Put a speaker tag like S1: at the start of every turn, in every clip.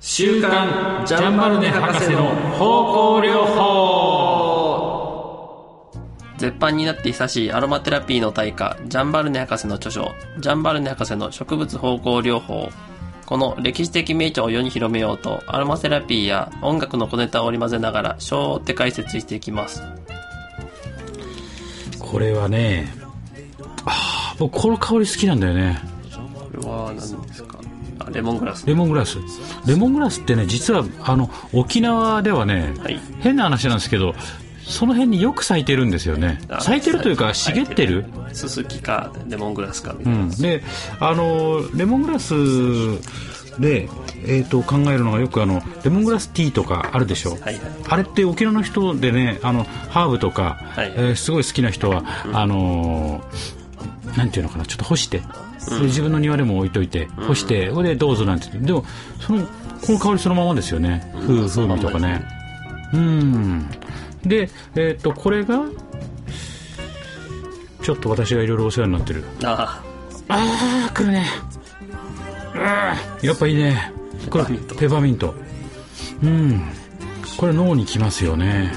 S1: 週刊ジャンバルネ博士の方向療法
S2: 絶版になって久しいアロマテラピーの大家、ジャンバルネ博士の著書、ジャンバルネ博士の植物方向療法。この歴史的名著を世に広めようと、アロマテラピーや音楽の小ネタを織り交ぜながら、章を追って解説していきます。
S1: これはねああ僕この香り好きなんだよね
S2: これは何ですかあ、レモングラス。
S1: レモングラスレモングラスってね実はあの沖縄ではね、
S2: はい
S1: 変な話なんですけどその辺によく咲いてるんですよね
S2: あ
S1: 咲いてるというか
S2: 咲い
S1: 茂ってる、
S2: ススキか、レモングラスかみ
S1: う
S2: たいな。
S1: ん、であのレモングラスで、えー、と考えるのがよくあのレモングラスティーとかあるでしょ、
S2: はいはい
S1: あれって沖縄の人でねあのハーブとか、
S2: はい
S1: えーすごい好きな人は、あのーなんていうのかなちょっと干して、で自分の庭でも置いといて干して、これでどうぞなんて言ってでもそのこの香りそのままですよね、風風味とかねうんで、えー、とこれがちょっと私がいろいろお世話になってる
S2: あ
S1: あー来るねうんやっぱいいねこれ
S2: ペパーミント
S1: ペパーミントうんこれ脳にきますよね、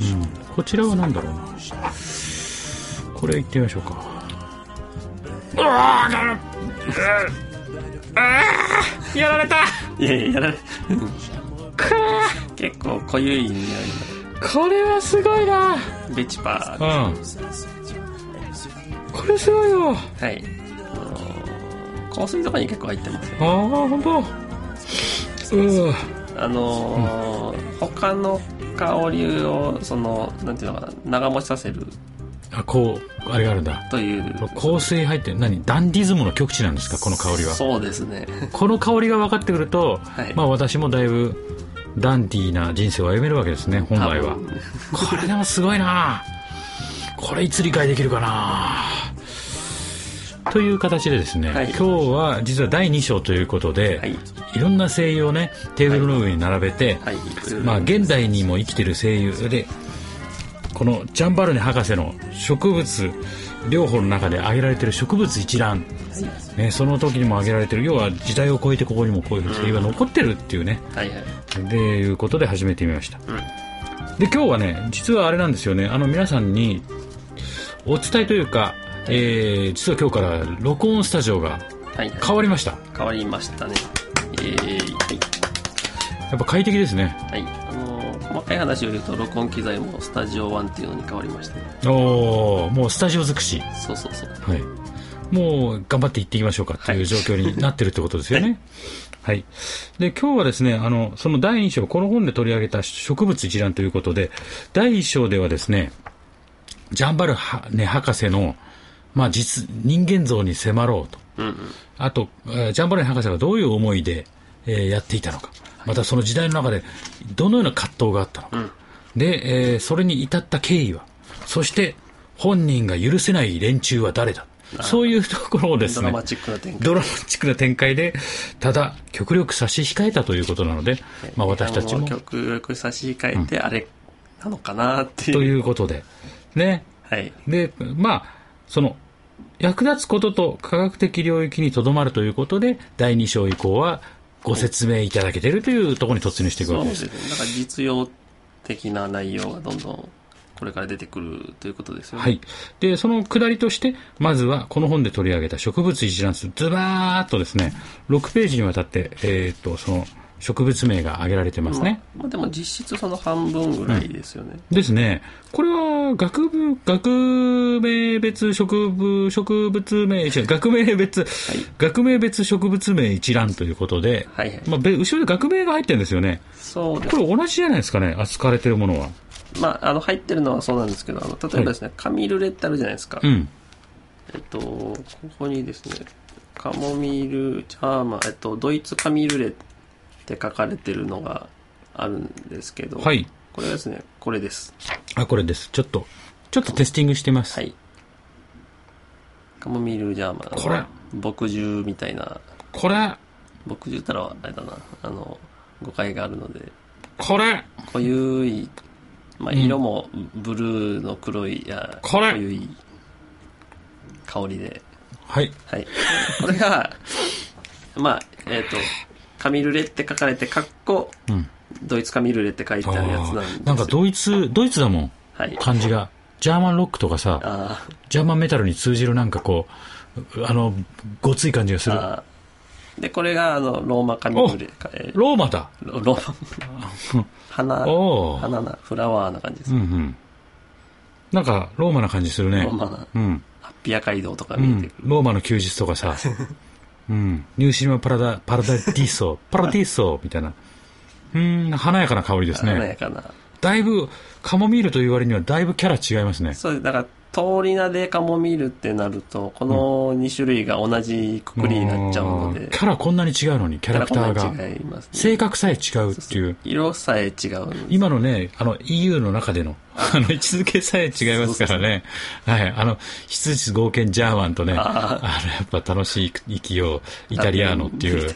S1: うん、こちらは何だろうなこれいってみましょうかうわーやられあやられた
S2: あ。いやいや、やられ、 結構濃ゆい匂い
S1: これはすごいな
S2: の。ベチパー。
S1: うんこれすごいよ
S2: はい。あのー香水とかに結構入ってますよ
S1: ああ本当。うん
S2: あのー他の香りをそのなんていうのかな長持ちさせる
S1: あこうあれがあるんだ
S2: という
S1: 香水入ってる何ダンディズムの極致なんですかこの香りは
S2: そうですね
S1: この香りが分かってくると、
S2: はい
S1: まあ私もだいぶダンディーな人生を歩めるわけですね本来は
S2: 多分
S1: これでもすごいなこれいつ理解できるかなという形でですね、
S2: はい
S1: 今日は実は第2章ということで、
S2: はいい、
S1: ろんな声優をねテーブルの上に並べて、
S2: はい
S1: まあ、現代にも生きてる声優でこのジャンバルネ博士の植物療法の中で挙げられてる植物一覧、ね、その時にも挙げられてる要は時代を超えてここにもこういう声優が残ってるっていうね、
S2: はいはい
S1: でいうことで始めてみました、で今日はね実はあれなんですよねあの皆さんにお伝えというか、えー実は今日から録音スタジオが
S2: はいはい
S1: 変わりました
S2: 変わりましたねえー、
S1: やっぱ快適ですね
S2: はいはいあのー細かい話を言うと録音機材もスタジオ1っていうのに変わりましたね
S1: おおもうスタジオ尽くし
S2: そうそうそう
S1: はい、もう頑張っていっていきましょうかという状況になってるってことですよね。 はい、で今日はですねあのその第2章この本で取り上げた植物一覧ということで第1章ではですねジャンバルハ、ね、博士の、まあ、実人間像に迫ろうと。
S2: うんうん
S1: あと、えージャンバルネ博士がどういう思いで、えーやっていたのか、またその時代の中でどのような葛藤があったのか、で、えーそれに至った経緯は、そして本人が許せない連中は誰だ、そういうところをです
S2: ド
S1: ね、
S2: ラマチックな展開
S1: ドラマチックな展開で、ただ、極力差し控えたということなので、まあ、私たち
S2: あの
S1: も
S2: ー極力差し控えてあれなのかなっていう,、
S1: ということで、ね、
S2: はい
S1: で、まあ、その、役立つことと科学的領域にとどまるということで、第2章以降はご説明いただけているというところに突入していく
S2: そ
S1: わ
S2: う
S1: け
S2: で
S1: です
S2: す。ね。なんか実用的な内容がどんどんこれから出てくるということですよね。
S1: はい。で、その下りとして、まずはこの本で取り上げた植物一覧数、ズバーっとですね、6ページにわたって、えーっと、その植物名が挙げられてますね。
S2: まあでも実質その半分ぐらいですよね。
S1: ですね。これは、学部、学名別植物、植物名、違う、学名別、学名別植物名一覧ということで、
S2: はいはい
S1: まあ、べ後ろで学名が入ってるんですよね。
S2: そうです
S1: こ。れ同じじゃないですかね、扱われてるものは。
S2: まあ、あの、入ってるのはそうなんですけど、あの、例えばですね、カミルレってあるじゃないですか。
S1: うん。
S2: えっと、ここにですね、カモミール、チャーマン、えっと、ドイツカミルレって書かれてるのがあるんですけど、
S1: はい。
S2: これはですね、これです。
S1: あ、これです。ちょっと、ちょっとテスティングしてます。
S2: はい。カモミールジャーマン。
S1: これ
S2: 牧獣みたいな
S1: これ、
S2: 僕言ったらあれだなあの誤解があるので
S1: これ、
S2: 濃ゆい、まあ、色もブルーの黒い、いや
S1: これ
S2: 濃ゆい香りで
S1: はい。
S2: はいこれがまあえっ、とカミルレって書かれて、かっこ、
S1: うん。
S2: ドイツカミルレって書いてあるやつな
S1: あ
S2: んですよ
S1: ーなんかドイツ、ドイツだもん。
S2: はい。
S1: 感じが。ジャーマンロックとかさ、
S2: あ
S1: ジャーマンメタルに通じるなんかこう、あの、ごつい感じがす
S2: ー
S1: る。
S2: あーで、これが、あの、ローマカミルレ。えー
S1: ローマだ。
S2: ロロー マ。花、
S1: おー
S2: 花な、フラワーな感じです。
S1: うんうん。なんか、ローマな感じするね。
S2: ローマな、
S1: うん。
S2: アッピア街道とか
S1: う
S2: 見えて
S1: ん
S2: く。る。
S1: ローマの休日とか さ。うん。ニューシネマパラダ、パラダディソ、パラディソ、みたいな。うん、華やかな香りです
S2: 華や
S1: ね。
S2: かな。
S1: だいぶ、カモミールという割にはだいぶキャラ違いますね。
S2: そうです。だから、通り名でカモミールってなると、この2種類が同じくくりになっちゃうの
S1: うん
S2: で、
S1: キャラこんなに違うのに、キャラクター
S2: こんな
S1: が。
S2: に違いますね。
S1: 性格さえ違うっていう。
S2: 色さえ違う。
S1: 今のね、あの EU の中での、あの位置づけさえ違いますからね。はい。あの、羊合憲ジャーマンとね、あ
S2: あ
S1: の、やっぱ楽しい息をイタリアーノっていう。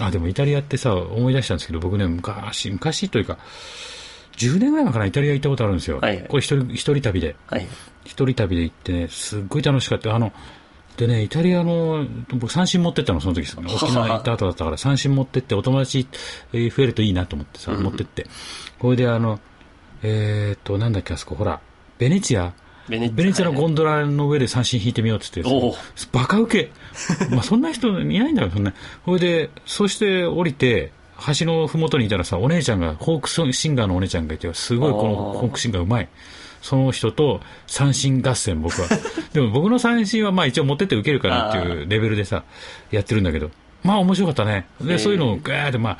S1: あ、でもイタリアってさ、思い出したんですけど、僕ね、昔、昔というか、10年ぐらい前かな、イタリア行ったことあるんですよ。
S2: はいはい
S1: これ一人、一人旅で。
S2: はい。
S1: 一人旅で行ってね、すっごい楽しかった。あの、でね、イタリアの、僕三振持ってったの、その時さ。沖縄行った後だったから、三振持ってって、お友達えー増えるといいなと思ってさ、
S2: うん
S1: 持ってって。これであの、えーっと、なんだっけ、あそこ、ほら、ベネチア
S2: ベネ
S1: ベネチアのゴ
S2: ン
S1: ンドラの上で三振引いてみようって言
S2: お
S1: っ
S2: う
S1: て、バカウケ。まあそんな人いないんだよ、そんな。ほいで、そして降りて、橋のふもとにいたらさ、お姉ちゃんが、フォークシンガーのお姉ちゃんがいて、すごいこの
S2: あー
S1: フォークシンガーうまい。その人と三振合戦、僕 は。でも僕の三振はまあ一応持ってって受けるからっていうレベルでさ、やってるんだけど。まあ面白かったね。
S2: へ
S1: で、
S2: ー
S1: そういうのをガーってまあ、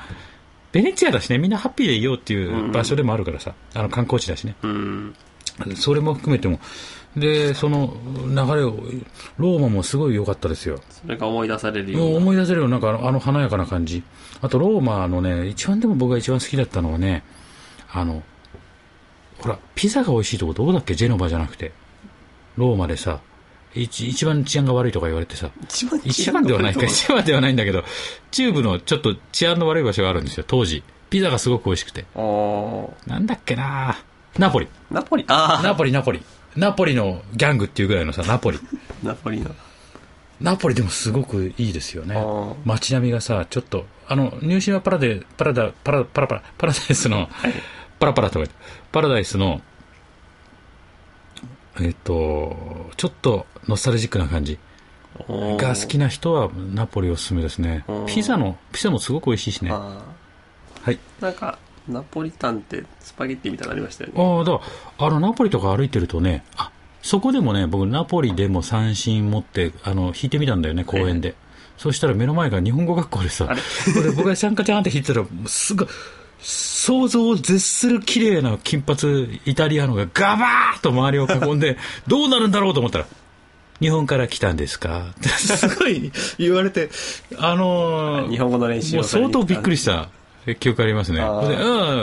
S1: ベネチアだしね、みんなハッピーでいようっていう場所でもあるからさ、あの観光地だしね。
S2: うん。
S1: それも含めても、で、その流れを、ローマもすごい良かったですよ。
S2: それが思い出されるよ
S1: もう
S2: うな。
S1: 思い出せるよ、なんかあのあの華やかな感じ。あと、ローマのね、一番でも僕が一番好きだったのはね、あの、ほら、ピザが美味しいとこどこだっけジェノバじゃなくて。ローマでさ、一一番治安が悪いとか言われてさ、
S2: 一番
S1: 一番では ないか、一番ではないんだけど、中部のちょっと治安の悪い場所があるんですよ、当時。ピザがすごく美味しくて。
S2: おー
S1: なんだっけなナポリ。
S2: ナポリ、あ
S1: ナポリ、ナポリ。ナポリのギャングっていうぐらいのさ、ナポリ。
S2: あ、ナポリの。
S1: ナポリでもすごくいいですよね
S2: あー。
S1: 街並みがさ、ちょっと、あの、ニューシーマパラデ、パラダ、パラ、パラパラ、パラダイスの、パラパラとか言って、パラダイスの、えっ、と、ちょっとノスタルジックな感じ
S2: おー
S1: が好きな人はナポリおすすめですね
S2: お。ー
S1: ピザの、ピザもすごく美味しいしね。は
S2: あ
S1: い。
S2: ーなんか、ナポリタンってスパゲッティみたいなのありましたよね。
S1: ああ、だからあの、ナポリとか歩いてるとね、あ、そこでもね、僕、ナポリでも三振持って、あの、弾いてみたんだよね、公園で。そしたら目の前が日本語学校でさ、これ僕がシャンカチャンって弾いてたら、もうすごい、想像を絶する綺麗な金髪イタリアのがガバーッと周りを囲んで、どうなるんだろうと思ったら、日本から来たんですか ってすごい言われて、あのー
S2: 日本語の練習
S1: も
S2: を
S1: う相当びっくり
S2: し
S1: した記憶ありますね。で、
S2: あー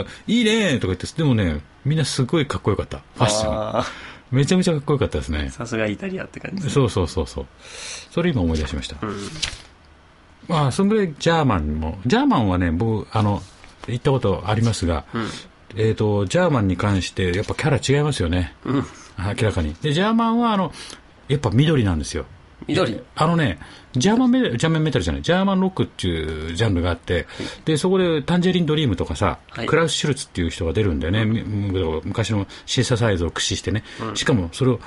S1: うん、いいねとか言って、でもね、みんなすごいかっこよかった。ファッション。めちゃめちゃかっこよかったですね。
S2: さすがイタリアって感じです。
S1: そうそうそうそう。それ今思い出しました。
S2: うん。
S1: まあ、そんぐらいジャーマンも、ジャーマンはね、僕、あの、行ったことありますが、えっ、と、ジャーマンに関して、やっぱキャラ違いますよね。
S2: うん。うん。
S1: 明らかに。で、ジャーマンは、あの、やっぱ緑なんですよ。
S2: 緑。
S1: あのね、ジャーマンメタル、ジャーマンメタルじゃない、ジャーマンロックっていうジャンルがあって、で、そこでタンジェリンドリームとかさ、
S2: はい
S1: クラウス・シュルツっていう人が出るんだよね、み昔のシンセサイズを駆使してね、しかもそれを、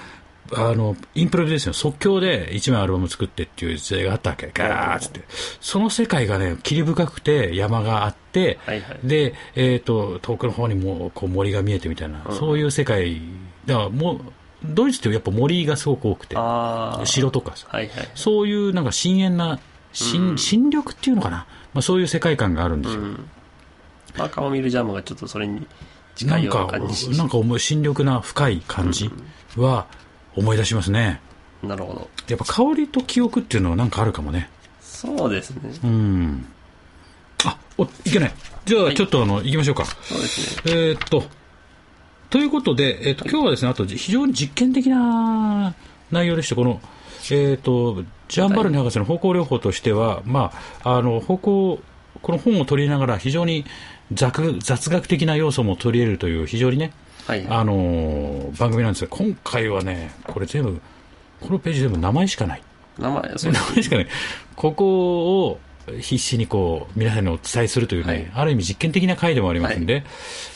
S1: あの、インプロビですよ、即興で一枚アルバム作ってっていう時代があったわけ、ガーッつって。その世界がね、霧深くて山があって、
S2: はいはい。
S1: で、えー、と遠くの方にもこう森が見えてみたいな、そういう世界だからもうドイツってやっぱ森がすごく多くて
S2: ああ。
S1: 城とかさ
S2: はいはい。
S1: そういうなんか深遠な、新、新緑っていうのかな。まあそういう世界観があるんですよ。
S2: うん。まあ、顔見るジャムがちょっとそれに
S1: な
S2: 近い
S1: ん
S2: ような
S1: か、
S2: 感じ
S1: なんか思い新緑な深い感じは思い出しますね。
S2: なるほど。
S1: やっぱ香りと記憶っていうのはなんかあるかもね。
S2: そうですね。
S1: うん。あ、お、いけない。じゃあ
S2: い
S1: ちょっとあの、行きましょうか。
S2: そうですね。
S1: えーっと、ということで、えーっと、今日はですね、あと非常に実験的な内容でして、この、えーっと、ジャンバルネ博士の方向療法としては、まあ、あの、方向、この本を取りながら非常に雑雑学的な要素も取り入れるという非常にね、
S2: はい。
S1: あのー番組なんですが、今回はね、これ全部、このページ全部名前しかない。
S2: 名前、そう
S1: 名前しかない。ここを、必死にこう皆さんにお伝えするというね、
S2: はい
S1: ある意味実験的な回でもありますんで、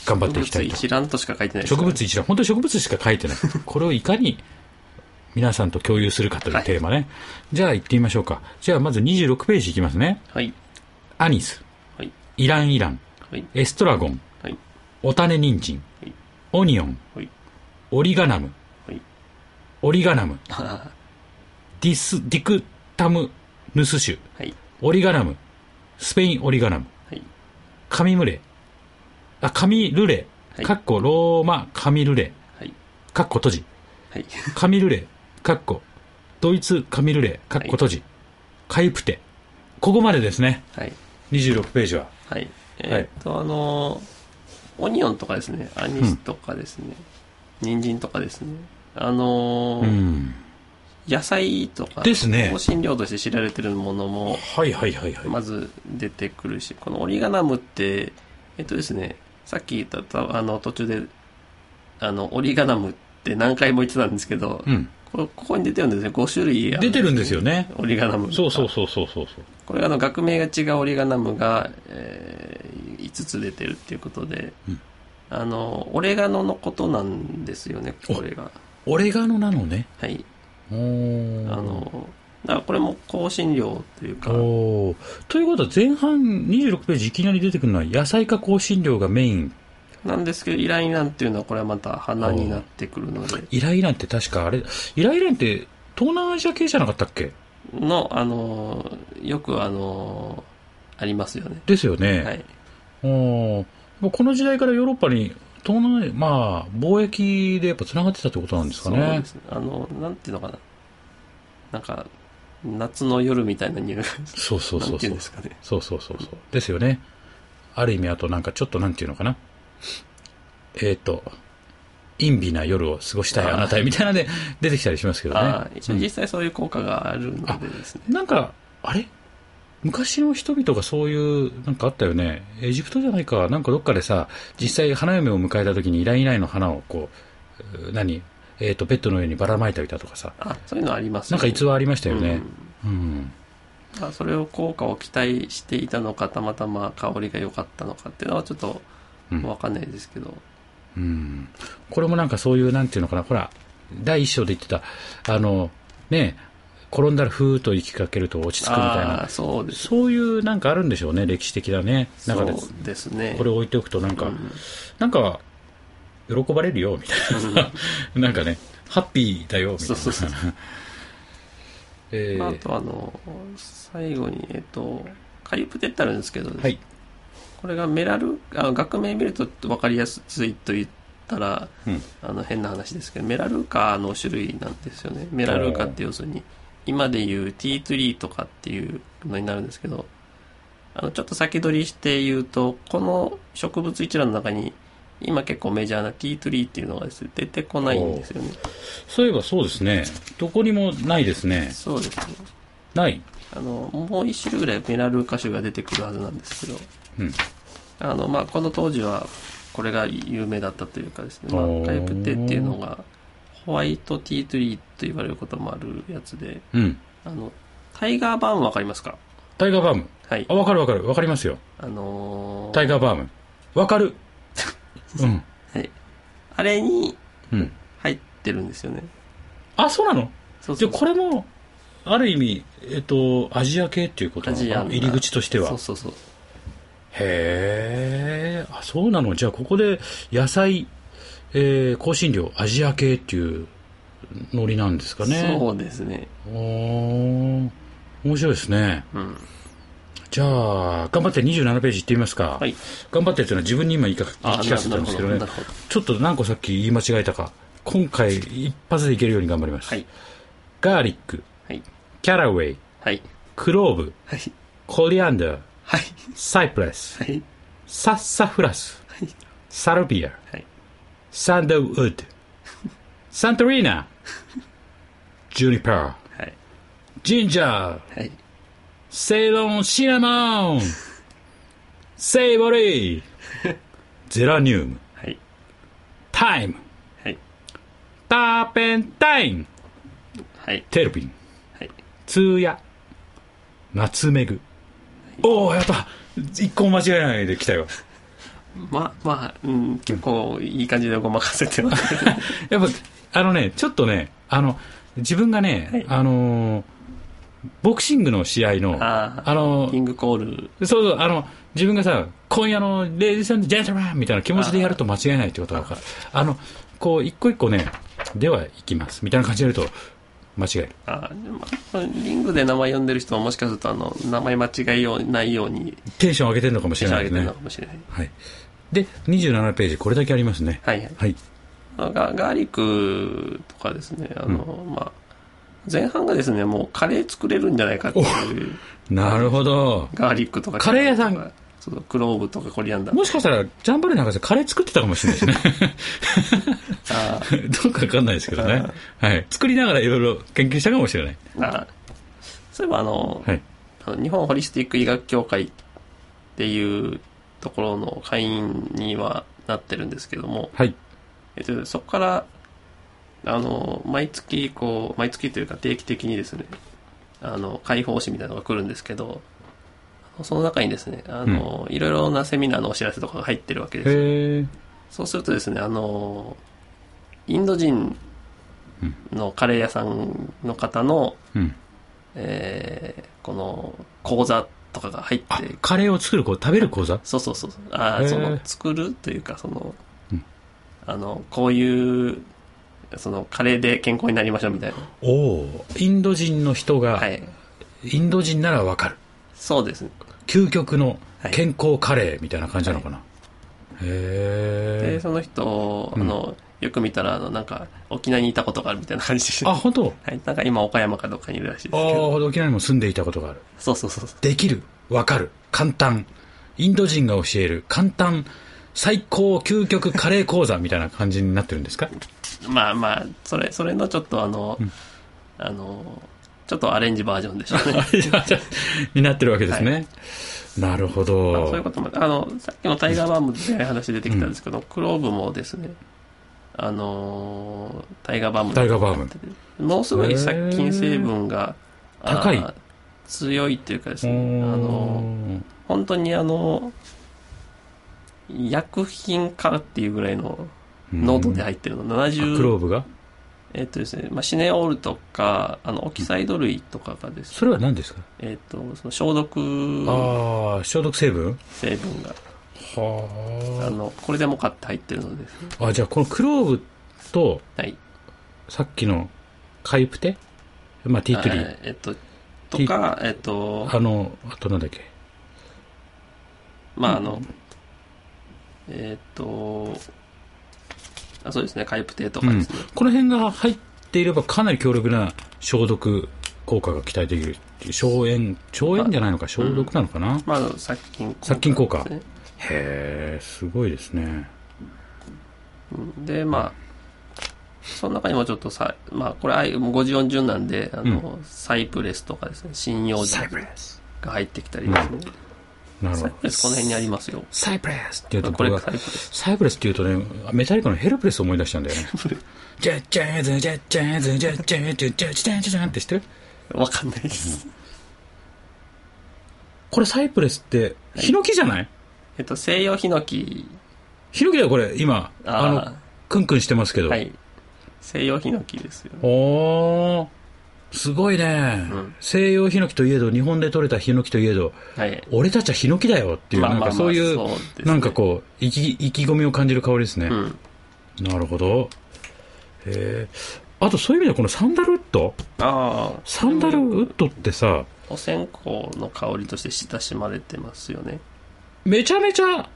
S1: 頑張っていきたいと
S2: 一覧としか書いてないですね
S1: 植物一覧、本当に植物しか書いて ない。これをいかに皆さんと共有するかというテーマね。じゃあ行ってみましょうか。じゃあまず26ページいきますね。
S2: はい。
S1: アニス、
S2: はい。
S1: イランイラン、
S2: はい。
S1: エストラゴン、
S2: はい。
S1: お種人参
S2: はい、
S1: オニオン、
S2: はい。
S1: オリガナム、
S2: はい。
S1: オリガナム、
S2: は
S1: ディス、ディクタムヌス種、
S2: い。
S1: オリガナム、スペインオリガナム、
S2: はい。
S1: カミムレ、あ、カミルレ
S2: は、い
S1: カッコローマカミルレ、
S2: はい。
S1: カッコ閉じ、
S2: はい。
S1: カミルレ、カッコ、ドイツカミルレ、カッコ閉じ、カイプテ。ここまでですね、
S2: はい。
S1: 26ページは。
S2: はい。えーっと、あのー、オニオンとかですね、アニスとかですね、人参とかですね、あの
S1: う
S2: ー、
S1: ん。
S2: 野菜とか、
S1: ですね
S2: 香辛料として知られてるものも、
S1: はいはいはいはい。
S2: まず出てくるし、このオリガナムって、えっとですね、さっき言ったた、あの、途中で、あの、オリガナムって何回も言ってたんですけど、
S1: うん。
S2: こここに出てるんですね、5種類あ
S1: 出てるんですよ
S2: ね。
S1: ね。
S2: オリガナム。
S1: そうそうそうそうそう。
S2: これあの学名が違うオリガナムが、え5つ出てるっていうことで、
S1: うん
S2: あのオレガノのことなんですよねこれが
S1: オレガノなのね。
S2: はい
S1: お
S2: あ
S1: ー
S2: のだからこれも香辛料というか
S1: おーということは前半26ページいきなり出てくるのは野菜か香辛料がメイン。
S2: なんですけどイライランっていうのはこれはまた花になってくるので
S1: イライランって確かあれ、イライランって東南アジア系じゃなかったっけ
S2: のあのよくあのありますよね
S1: ですよね。
S2: はい
S1: おーもうこの時代からヨーロッパに東南アジアまあ、貿易でやっぱ繋がってたってことなんですか
S2: そう
S1: ね
S2: で。すねあのなんていうのかななんか夏の夜みたいな匂いが
S1: そうそう
S2: な
S1: そ
S2: ん
S1: う
S2: て
S1: そ
S2: いう
S1: うん
S2: で。すかね
S1: そうそうそうそう。ですよね。ある意味、あとなんかちょっとなんていうのかな。えっ、と、陰微な夜を過ごしたいあなたへみたいなので出てきたりしますけどね。
S2: ああ一応
S1: うん
S2: 実際そういう効果があるのでですね、
S1: なんか、あれ昔の人々がそういう、なんかあったよね。エジプトじゃないか、なんかどっかでさ、実際花嫁を迎えた時にイライライの花をこううー、何えっ、と、ベッドの上にばらまいておいたとかさ、
S2: あそういうのあります
S1: なんか逸話ありまし
S2: だ
S1: たよね。うん。
S2: あそれを効果を期待していたのかたまたま香りが良かったのかっていうのはちょっと
S1: うん
S2: 分かんないですけど、
S1: うん。これもなんかそういう、なんていうのかな、ほら、第一章で言ってた、あの、ね、転んだらふーっと息かけると落ち着くみたい
S2: あ
S1: な
S2: あ、そうです
S1: そういうなんかあるんでしょうね、歴史的なね、
S2: そ
S1: 中
S2: う
S1: で。
S2: ですね
S1: これを置いておくとなんか、
S2: うん
S1: なんか、喜ばれるよ、みたい な。なんかね、ハッピーだよ、みたい
S2: そ
S1: な。
S2: うそうそう
S1: えー
S2: あとあの最後にえっとカリプテってあるんですけど、
S1: はい。
S2: これがメラルあ学名見ると分かりやすいと言ったら
S1: うん。
S2: あの変な話ですけどメラルカの種類なんですよねメラルカって要するに今でいうティートリーとかっていうのになるんですけどあのちょっと先取りして言うとこの植物一覧の中に今結構メジャーなティートリーっていうのがですね出てこないんですよね
S1: そういえばそうですね、どこにもないですね。
S2: そうですね
S1: ない。
S2: あのもう一種類ぐらいメラルカ種が出てくるはずなんですけど
S1: うん。
S2: あのまあこの当時はこれが有名だったというかですね、
S1: お
S2: ま
S1: ー
S2: あ、カイプテっていうのがホワイトティートリーと言われることもあるやつで
S1: うん。
S2: あのタイガーバームわかりますか
S1: タイガーバーム。
S2: はい
S1: あ、わかるわかる。わかりますよ。
S2: あのー
S1: タイガーバーム。わかる。うん。
S2: はい、あれに
S1: うん。
S2: 入ってるんですよね
S1: あ、そうなの
S2: そう
S1: じ
S2: そ
S1: ゃ
S2: う
S1: あこれも、ある意味、えっと、アジア系っていうことなのかな
S2: な
S1: 入り口としては。
S2: そう
S1: へ
S2: そうそう
S1: え。あ、そうなのじゃあここで、野菜、えー、香辛料、アジア系っていうノリなんですかね。
S2: そうですね
S1: おー面白いですね。
S2: うん
S1: じゃあ、頑張って27ページ行ってみますか。
S2: はい
S1: 頑張ってっていうのは自分に今言いか言い聞かせてたんですけどね
S2: なる。ほど
S1: ちょっと何個さっき言い間違えたか。今回一発でいけるように頑張ります。
S2: はい
S1: ガーリック、
S2: はい
S1: キャラウェイ、
S2: はい
S1: クローブ、
S2: はい
S1: コリアンダー、
S2: はい
S1: サイプレス、
S2: はい
S1: サッサフラス、
S2: はい
S1: サルビア、
S2: はい
S1: サンダウッド、サントリーナ、ジュニパー、
S2: はい
S1: ジンジャー、
S2: はい
S1: セイロンシナモン、セイボリー、ゼラニウム、
S2: はい
S1: タイム、
S2: はい
S1: ターペンタイン、
S2: はい
S1: テルピン、
S2: はい
S1: ツーヤ、ナツメグ、おおやった一個も間違えないで来たよ
S2: まあまあ、うん、結構いい感じでごまかせてます
S1: やっぱあのねちょっとねあの自分がね、
S2: はい
S1: あのーボクシングの試合の
S2: あー
S1: あの
S2: キングコール
S1: そうそうあの自分がさ今夜のレディーンジェントルマンみたいな気持ちでやると間違えないってことだからあのこう一個一個ねでは行きますみたいな感じでやると間違える
S2: あーでもまあリングで名前呼んでる人はもしかするとあの名前間違いようないように
S1: テンション上げてるのかもし
S2: 手
S1: れ
S2: を
S1: ない
S2: 挙
S1: です
S2: げてる
S1: ね
S2: のかもしれない、
S1: はいで27ページこれだけありますね
S2: はいはい
S1: はい
S2: ガガーリックとかですねあの、まあ、前半がですねもうカレー作れるんじゃないかっていう
S1: なるほど
S2: ガーリックとか
S1: カレー屋さん
S2: とかそうそうクローブとかコリアンダー
S1: もしかしたらジャンバルなんかさカレー作ってたかもしれないですね
S2: あ
S1: どうかわかんないですけど ねはい作りながらいろいろ研究したかもしれない
S2: ーあーそういえばあの、
S1: はい
S2: あの日本ホリスティック医学協会っていうところの会員にはなってるんですけども、
S1: はい
S2: えっと、そこから、あの、毎月、こう、毎月というか定期的にですね、あの、解放誌みたいなのが来るんですけど、その中にですね、あの、いろいろなセミナーのお知らせとかが入ってるわけですよ。
S1: へえ
S2: そうするとですね、あの、インド人のカレー屋さんの方の、
S1: うん
S2: えーこの、講座とかが入っ
S1: あ
S2: て
S1: カレーを作るこう食べる講座
S2: そうそうそうそう。あ
S1: へー
S2: あ、その、作るというか、その、
S1: うん
S2: あの、こういう、その、カレーで健康になりましょうみたいな。
S1: おおインド人の人が、
S2: はい。
S1: インド人ならわかる
S2: そうですね。
S1: 究極の健康カレーみたいな感じなのかな、へ
S2: で、
S1: え
S2: その人、あの、よく見たら、あの、なんか、沖縄にいたことがあるみたいな感じでした。
S1: あ
S2: は
S1: 本当
S2: い。なんか今、岡山かどっかにいるらしい
S1: あ
S2: ですけ
S1: あ
S2: ど。
S1: 沖縄にも住んでいたことがある
S2: そうそうそうそう。
S1: できるわかる簡単インド人が教える簡単最高究極カレー講座みたいな感じになってるんですか
S2: まあまあ、それ、それのちょっとあの、あの、ちょっとアレンジバージョンでしょうね。
S1: になってるわけですね、なるほ
S2: まあ
S1: ど
S2: そういうことも、あの、さっきのタイガーバームで話出てきたんですけど、クローブもですね、あのータイガーバーム
S1: タイガーバーム
S2: ものすごい殺菌成分が、
S1: ー高い
S2: あー強いっていうかです
S1: お
S2: ね、あの
S1: ー
S2: ー本当にあのー薬品かっていうぐらいの濃度で入ってるの、
S1: あクロ
S2: 70、
S1: ーブが
S2: えっ、とですね、まあ、シネオールとか、あの、オキサイド類とかがですね、
S1: それは何ですか、
S2: えっ、と、その消毒
S1: ああ消毒成分
S2: 成分が、あ
S1: は
S2: の、これでもかって入ってるのですね、
S1: あじゃあこのクローブと
S2: はい。
S1: さっきのカイプテまあティートリー
S2: あえっと、とか、えっと、
S1: あのあとなんだっけ
S2: まあ、あの、えっと、あそうですね、カイプテとかですね。
S1: この辺が入っていればかなり強力な消毒効果が期待できるっていう消炎消炎じゃないのか消毒なのかな、
S2: まあ、殺菌効果、
S1: 殺菌効果
S2: ですね
S1: へえすごいですね
S2: うんで、まあ、その中にもちょっとさ、まあ、これ、あいもう50音順なんで、あの、サイプレスとかですね、針葉樹
S1: プレス
S2: が入ってきたりですね。
S1: なるほ
S2: サイ
S1: ど
S2: プレスこの辺にありますよ。
S1: サイプレスっていうと
S2: こ
S1: こ
S2: れ
S1: れ
S2: サ
S1: が
S2: イプレス。
S1: サイプレスっていうとねメタリカのヘルプレスを思い出したん だよねジャッジャーズジャッジャーズジャッジャーズジャッジャーズジャーズって知ってる
S2: わかんないです。
S1: これサイプレスってヒノキじゃない
S2: えっと、西洋ヒノキ、
S1: ヒノキだよこれ今
S2: あ
S1: あ
S2: ー
S1: のクンクンしてますけど、
S2: はい。西洋ヒノキですよね。
S1: おーすごいね、
S2: うん
S1: 西洋ヒノキといえど日本で採れたヒノキといえど
S2: はい。
S1: 俺たちはヒノキだよっていう、
S2: まあ
S1: なん
S2: まあ
S1: か
S2: まあ
S1: そういう
S2: そうですね
S1: なんかこう意気意気込みを感じる香りですね、
S2: うん。
S1: なるほどへえあとそういう意味ではこのサンダルウッド
S2: ああ。
S1: サンダルウッドってさ
S2: お線香の香りとして親しまれてますよね。
S1: めちゃめちゃ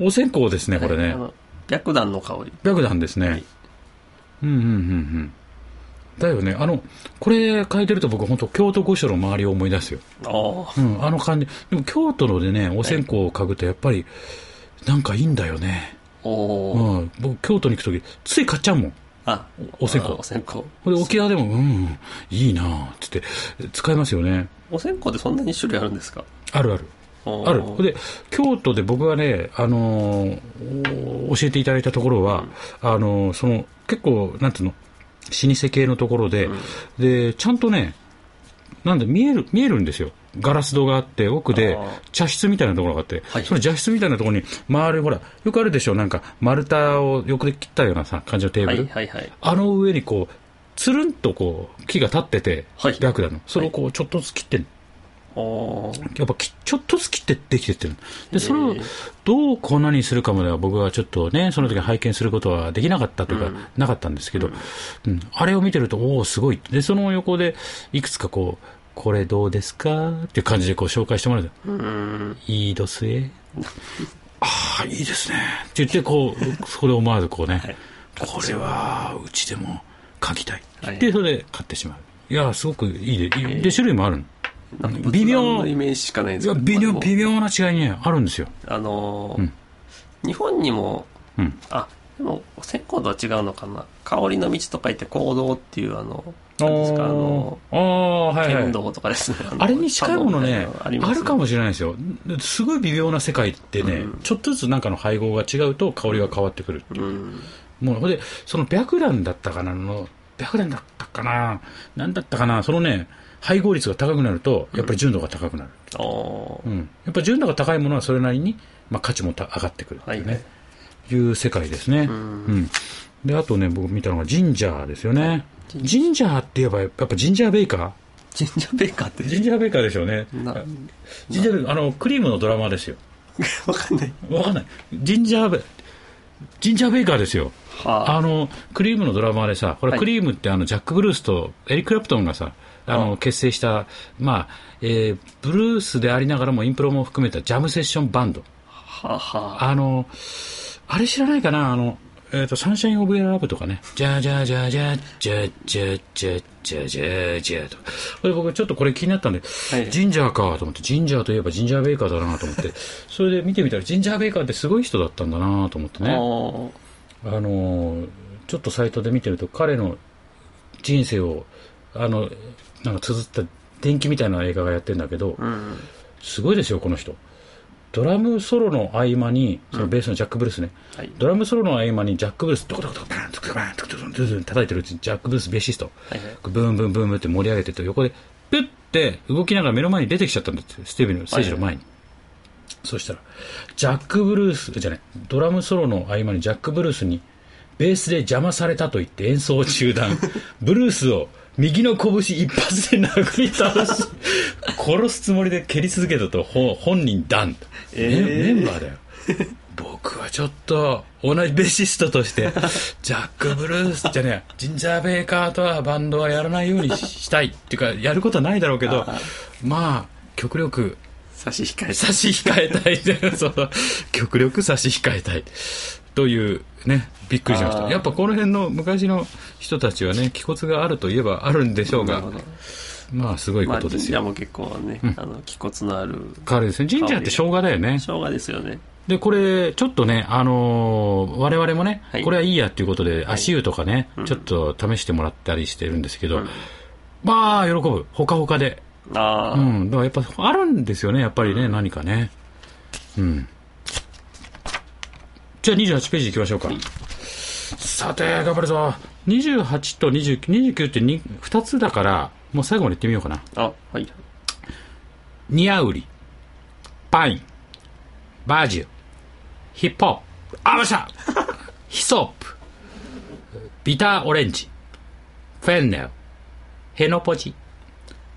S1: お線香ですねこれ
S2: はい
S1: ね、
S2: あの白檀の香り。
S1: 白檀ですね、
S2: はい
S1: うんうんうんうんだよねあのこれ書いてると僕本当京都御所の周りを思い出すよ
S2: ああ。
S1: うん、あの感じ。でも京都のでね、お線香を嗅ぐとやっぱり、なんかいいんだよね。
S2: お
S1: う
S2: お。
S1: ん、僕京都に行くとき、つい買っちゃうもん。
S2: あ、
S1: お線香
S2: あお線香。
S1: これ沖縄でも、うん、いいなぁ、つって、使えますよね。
S2: お線香ってそんなに種類あるんですか
S1: あるある。
S2: おー
S1: ある。ほんで、京都で僕がね、あのーお教えていただいたところは、あのーその、結構、なんつうの、老舗系のところで、
S2: うん
S1: で、ちゃんとね、なんで見える、見えるんですよ。ガラス戸があって、奥で
S2: あー
S1: 茶室みたいなところがあって、
S2: はい
S1: その茶室みたいなところに、周り、ほら、よくあるでしょ、なんか、丸太を横で切ったようなさ、感じのテーブ
S2: は
S1: ル。
S2: いはいはい。
S1: あの上にこう、つるんとこう、木が立ってて、
S2: はい
S1: 白だの。それをこう、ちょっとずつ切ってる。
S2: おー
S1: やっぱき、ちょっとずつ切ってできてってる。で、それを
S2: えー
S1: どう粉にするかまでは僕はちょっとね、その時拝見することはできなかったというか、
S2: うん
S1: なかったんですけど、うんあれを見てると、おお、すごい。で、その横で、いくつかこう、これどうですかっていう感じでこう紹介してもらう。
S2: うーん。
S1: いいドス え。ああ、いいですね。って言って、こう、そこで思わずこうね、
S2: い
S1: これは、うちでも書きたい。
S2: はい
S1: で、それで買ってしまう。いや、すごくいいで、いい
S2: え
S1: で、種類もあるの
S2: なんか
S1: 微
S2: 仏壇
S1: 妙
S2: の、イメージしかないん
S1: い
S2: です
S1: や
S2: けど
S1: 微妙、
S2: まあ
S1: 微妙な違いにねあるんですよ。
S2: あのー
S1: うん
S2: 日本にも、
S1: うん
S2: あ、でも、線香とは違うのかな。香りの道と書いて行動っていう、あの、なんですか、あの、
S1: あーあー、はい、は
S2: 剣
S1: い。
S2: 道とかですね。の
S1: あれに近いものね
S2: 茶道み、た
S1: あ
S2: いなの
S1: るかもしれないですよ。すごい微妙な世界ってね、
S2: うん
S1: ちょっとずつなんかの配合が違うと香りが変わってくるっていう。
S2: うん。
S1: もう、ほんで、その白蘭だったかなの、白蘭だったかななんだったかなそのね、配合率が高くなると、やっぱり純度が高くなる。
S2: おー
S1: うん。やっぱり純度が高いものはそれなりに、まあ価値もた上がってくるっていうね、、
S2: はい
S1: う世界ですね。
S2: うん
S1: うん。で、あとね、僕見たのがジンジャーですよね。ジンジャーって言えば、やっぱジンジャーベイカー
S2: ジンジャーベーカーって、
S1: ジンジャーベイカーでしょうね。
S2: な、わ
S1: ジンジャーベイカー、あの、クリームのドラマーですよ。
S2: かんない。
S1: わかんない。ジンジャーベ、ジンジャーベイカーですよ。
S2: はあ、
S1: あの、クリームのドラマーでさ、これ
S2: はい
S1: クリームってあの、ジャック・ブルースとエリック・クラプトンがさ、あの、
S2: あ
S1: 結成した、まあ、えーブルースでありながらもインプロも含めたジャムセッションバンド。
S2: はあ、はあ。
S1: あの、あれ知らないかなあの、えっ、と、サンシャイン・オブ・エア・ラブとかね。じゃじゃじゃじゃじゃじゃじゃじゃじゃじゃとか。これ僕ちょっとこれ気になったんで、
S2: い
S1: ジンジャーかと思って、ジンジャーといえばジンジャー・ベイカーだなと思って、それで見てみたら、ジンジャー・ベイカーってすごい人だったんだなと思ってね。
S2: おー
S1: あのーちょっとサイトで見てると彼の人生をあのなんか綴った電気みたいな映画がやってるんだけど
S2: うん。
S1: すごいですよこの人ドラムソロの合間にそのベースのジャック・ブルースね、
S2: はい。
S1: ドラムソロの合間にジャック・ブルースドコドコドコバーンドコドコバーンドコドコドコドコドコ叩いてるうちにジャック・ブルースベーシスト
S2: はいはい。
S1: ブンブンブンブンって盛り上げてて横でピュッて動きながら目の前に出てきちゃったんだってステージのステージの前に、そしたらジャック・ブルースじゃないドラムソロの合間にジャック・ブルースにベースで邪魔されたと言って演奏を中 断ブルースを右の拳一発で殴り倒し殺すつもりで蹴り続けたとほ本人ダン、
S2: えー
S1: メンバーだよ僕はちょっと同じベーシストとしてジャック・ブルースじゃねえジンジャー・ベイカーとはバンドはやらないようにしたいっていうかやることはないだろうけど
S2: あ
S1: まあ極力
S2: 差し控え
S1: 差し控えたい その極力差し控えたいというねびっくりしました
S2: あー
S1: やっぱこの辺の昔の人たちはね気骨があるといえばあるんでしょう
S2: な
S1: が
S2: るほど。
S1: まあすごい
S2: ま
S1: こ
S2: あ、
S1: とで
S2: 神
S1: すよ、
S2: 社も結構ね、あの、気骨のある、
S1: 彼ですね神社って生姜だよね
S2: 生姜ですよね。
S1: で、これ、ちょっとね、あのー我々もね、
S2: はい
S1: これはいいやっていうことで、足湯とかね、ちょっと試してもらったりしてるんですけど、
S2: ん
S1: まあ、喜ぶ。ほかほかで。
S2: ああ、
S1: うん。だからやっぱ、あるんですよね、やっぱりね、何かね。うん。じゃあ28ページ行きましょうか。さて、頑張るぞ。28と29、29って 2, 2つだから、もう最後まで行ってみようかな。
S2: あ、はい。
S1: ニアウリ、パイン、バージュ、ヒップホップ、あ、ました ヒソップ、ビターオレンジ、フェンネル、ヘノポジ、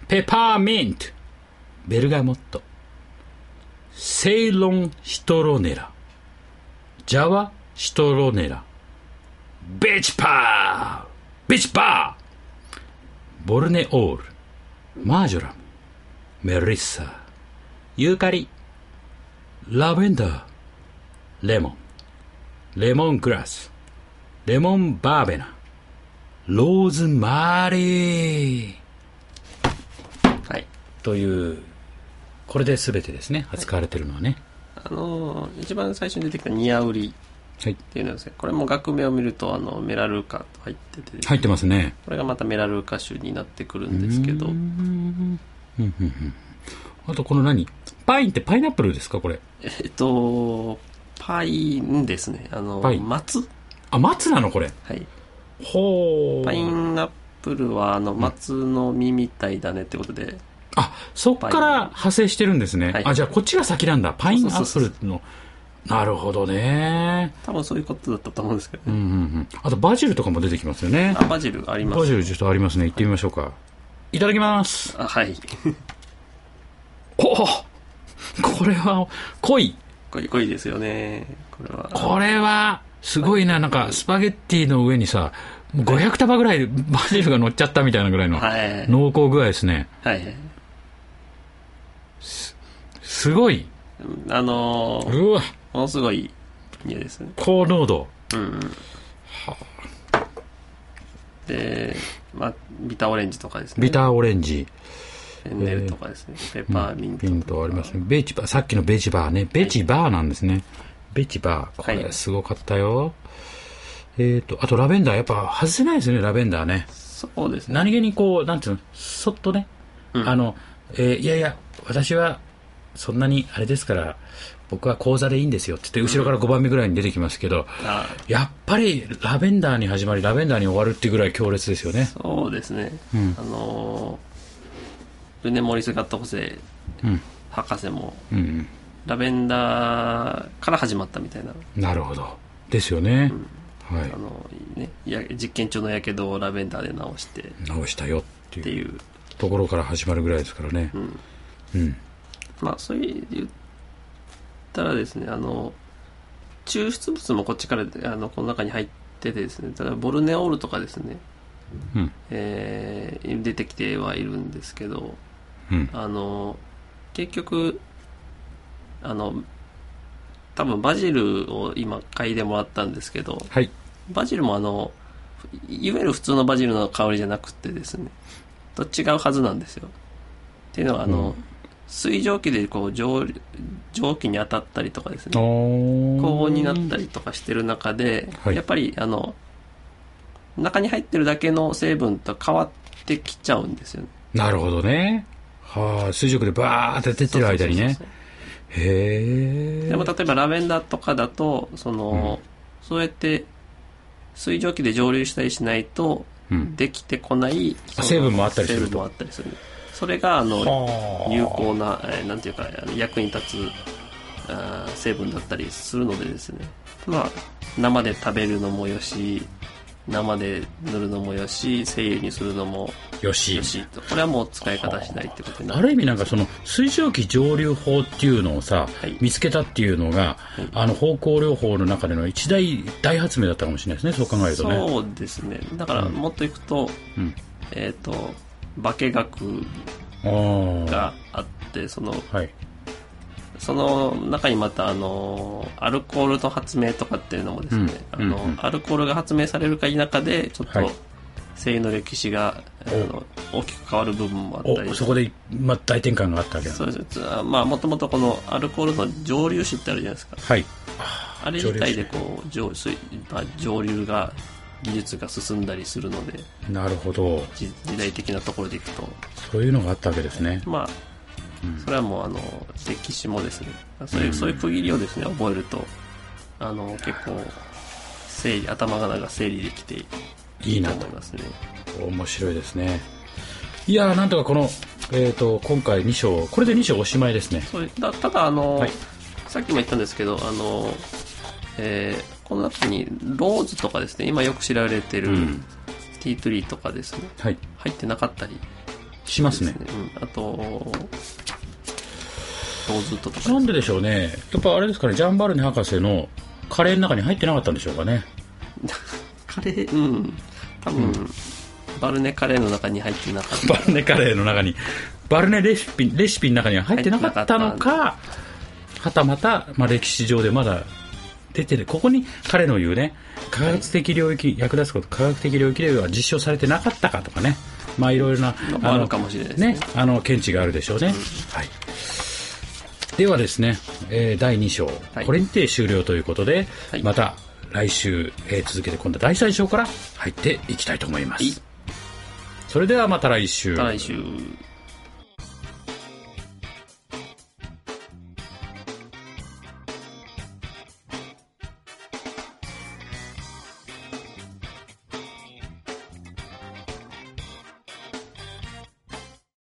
S1: ペパーミント、ベルガモット、セイロンシトロネラ、ジャワシトロネラ、ビーチパー、ビーチパー、ボルネオール、マージョラム、メリッサ、ユーカリ、ラベンダー、レモン、レモングラス、レモンバーベナ、ローズマリー
S2: はい。
S1: という、これで全てですね、扱われてるのはね。
S2: あのー一番最初に出てきたニアウリっ
S1: はい。
S2: ていうのですねこれも学名を見ると、あの、メラルーカと入ってて、
S1: 入ってますね。
S2: これがまたメラルーカ州になってくるんですけど、
S1: あとこの何パインってパイナップルですかこれ。
S2: えっと、パインですね。あの
S1: パイ、ン
S2: 松
S1: あ、松なのこれ。
S2: はい。
S1: ほー。
S2: パインアップルは、あの、松の実みたいだねってことで、
S1: あ、そっから派生してるんですね。
S2: はい
S1: あ、じゃあこっちが先なんだ。パインアップ
S2: そうそうそう
S1: ルの。なるほどね。
S2: 多分そういうことだったと思うんですけど
S1: うん
S2: ね。
S1: うんうん。あとバジルとかも出てきますよね
S2: あ、。バジルあります。
S1: バジルちょっとありますね。行ってみましょうか。いただきます。
S2: あ、はい。
S1: おおこれは、濃い。
S2: これ、これいいですよね。これは。
S1: これは、すごいな。なんか、スパゲッティの上にさ、もう500束ぐらいバジルが乗っちゃったみたいなぐらいの
S2: はい。
S1: 濃厚具合ですね。
S2: はい。
S1: すごい。
S2: あのー
S1: うわ、
S2: ものすごい匂いですね。
S1: 高濃度。
S2: うんうん。で、まあ、ビターオレンジとかですね。
S1: ビターオレンジ。
S2: フェンネルとかですね。ペッパーミント
S1: ピン
S2: とか。
S1: とありますね。ベジバー、さっきのベジバーね。ベジバーなんですね。ベジバー。こ
S2: は
S1: れ
S2: い
S1: すごかったよ。えっと、あとラベンダー。やっぱ外せないですね、ラベンダーね。
S2: そうですね。
S1: 何気にこう、なんていうの、そっとね。
S2: うん
S1: あの、えーいやいや、私はそんなにあれですから、僕は講座でいいんですよって言って、後ろから5番目ぐらいに出てきますけど、
S2: あ
S1: やっぱりラベンダーに始まり、ラベンダーに終わるっていうぐらい強烈ですよね。
S2: そうですね。
S1: うん
S2: あのールネ・モリス・ガット・ホセ
S1: うん。
S2: 博士も、
S1: うん
S2: ラベンダーから始まったみたいな、
S1: うん。なるほど。ですよね。はい
S2: あ。のね、や実験中のやけどをラベンダーで直してっ
S1: 直したよって
S2: て
S1: いう
S2: いう、
S1: ところから始まるぐらいですからね
S2: う。ん、
S1: うん。
S2: まあそういう言ったらですねあの抽出物もこっちからあのこの中に入っててですねただボルネオールとかですね、
S1: うん。
S2: えー出てきてはいるんですけど
S1: うん。
S2: あの結局あの多分バジルを今嗅いでもらったんですけど
S1: はい。
S2: バジルもあのいいわゆる普通のバジルの香りじゃなくてですねと違うはずなんですよっていうのはあの、
S1: うん
S2: 水蒸気でこう蒸蒸気に当たったりとかですね高
S1: 高
S2: 温になったりとかしてる中で、
S1: はい
S2: やっぱりあの中に入ってるだけの成分と変わってきちゃうんですよね
S1: なるほどね。はあ、水蒸気でバーって出てる間にね
S2: そうそうそう。そう
S1: へえ。
S2: でも例えばラベンダーとかだとその、そうやって水蒸気で蒸留したりしないと
S1: うん。
S2: できてこない
S1: あ成分もあったりすると
S2: 成分もあったりするそれがあの
S1: はあ
S2: 有効な、えーなんていうかあの役に立つあー成分だったりするのでですねまあ生で食べるのもよし生で塗るのもよし精油にするのも
S1: よし
S2: よ。しとこれはもう使い方しないってことにな
S1: あ
S2: る
S1: る意味なんかその水蒸気蒸留法っていうのをさ、
S2: はい
S1: 見つけたっていうのが、
S2: い
S1: あの方向療法の中での一大大発明だったかもしれないですねそう考えるとね
S2: そうですねだからもっといくと、
S1: うん
S2: えっ、と化学
S1: あ
S2: があってその
S1: あはい
S2: その中にまたあのアルコールの発明とかっていうのもですね、
S1: うん
S2: あの
S1: うんうん
S2: アルコールが発明されるか否かでちょっ
S1: はい
S2: と精油の歴史が、あの大きく変わる部分もあったり
S1: おそこで、まあ、大転換があったわけだ
S2: そうですあまあもともとこのアルコールの蒸留酒ってあるじゃないですか
S1: はい
S2: あれ自体でこう蒸水、まあ、蒸留が技術が進んだりするので
S1: なるほど
S2: じ時代的なところでいくと
S1: そういうのがあったわけですね
S2: まあそれはもうあの歴史もですねそういう,、そういう区切りをですね覚えるとあの結構整理頭がなんか整理できてい
S1: いい
S2: い
S1: な
S2: と
S1: と
S2: 思いますね
S1: 面白いですねいやーなんとかこの、えー、と今回2章これで2章おしまいですね
S2: そうだただあの、
S1: はい
S2: さっきも言ったんですけどあの、えーこの中にローズとかですね今よく知られてる
S1: うん
S2: ティートリーとかですね、
S1: はい
S2: 入ってなかったり
S1: します
S2: です
S1: ね
S2: ね、うん、あとローズとかです
S1: な
S2: ね
S1: んででしょうねやっぱあれですかねジャンバルネ博士のカレーの中に入ってなかったんでしょうかね
S2: カレーうん多分、バルネカレーの中に入ってなかった
S1: バルネカレーの中にバルネレシピレシピの中には入ってなかったのかはたまた、まあ、歴史上でまだ出てるここに彼の言うね科学的領域、役立つこと科学的領域では実証されてなかったかとかねまあいろいろな
S2: のも
S1: あ
S2: あ
S1: の
S2: るかもしれないですね
S1: ねあの見地があるでしょうね、はい、ではですね、えー第2章、
S2: はい
S1: これにて終了ということで、
S2: はい
S1: また来週、えー続けて今度は第3章から入っていきたいと思います、
S2: はい
S1: それではまた来週
S2: また来週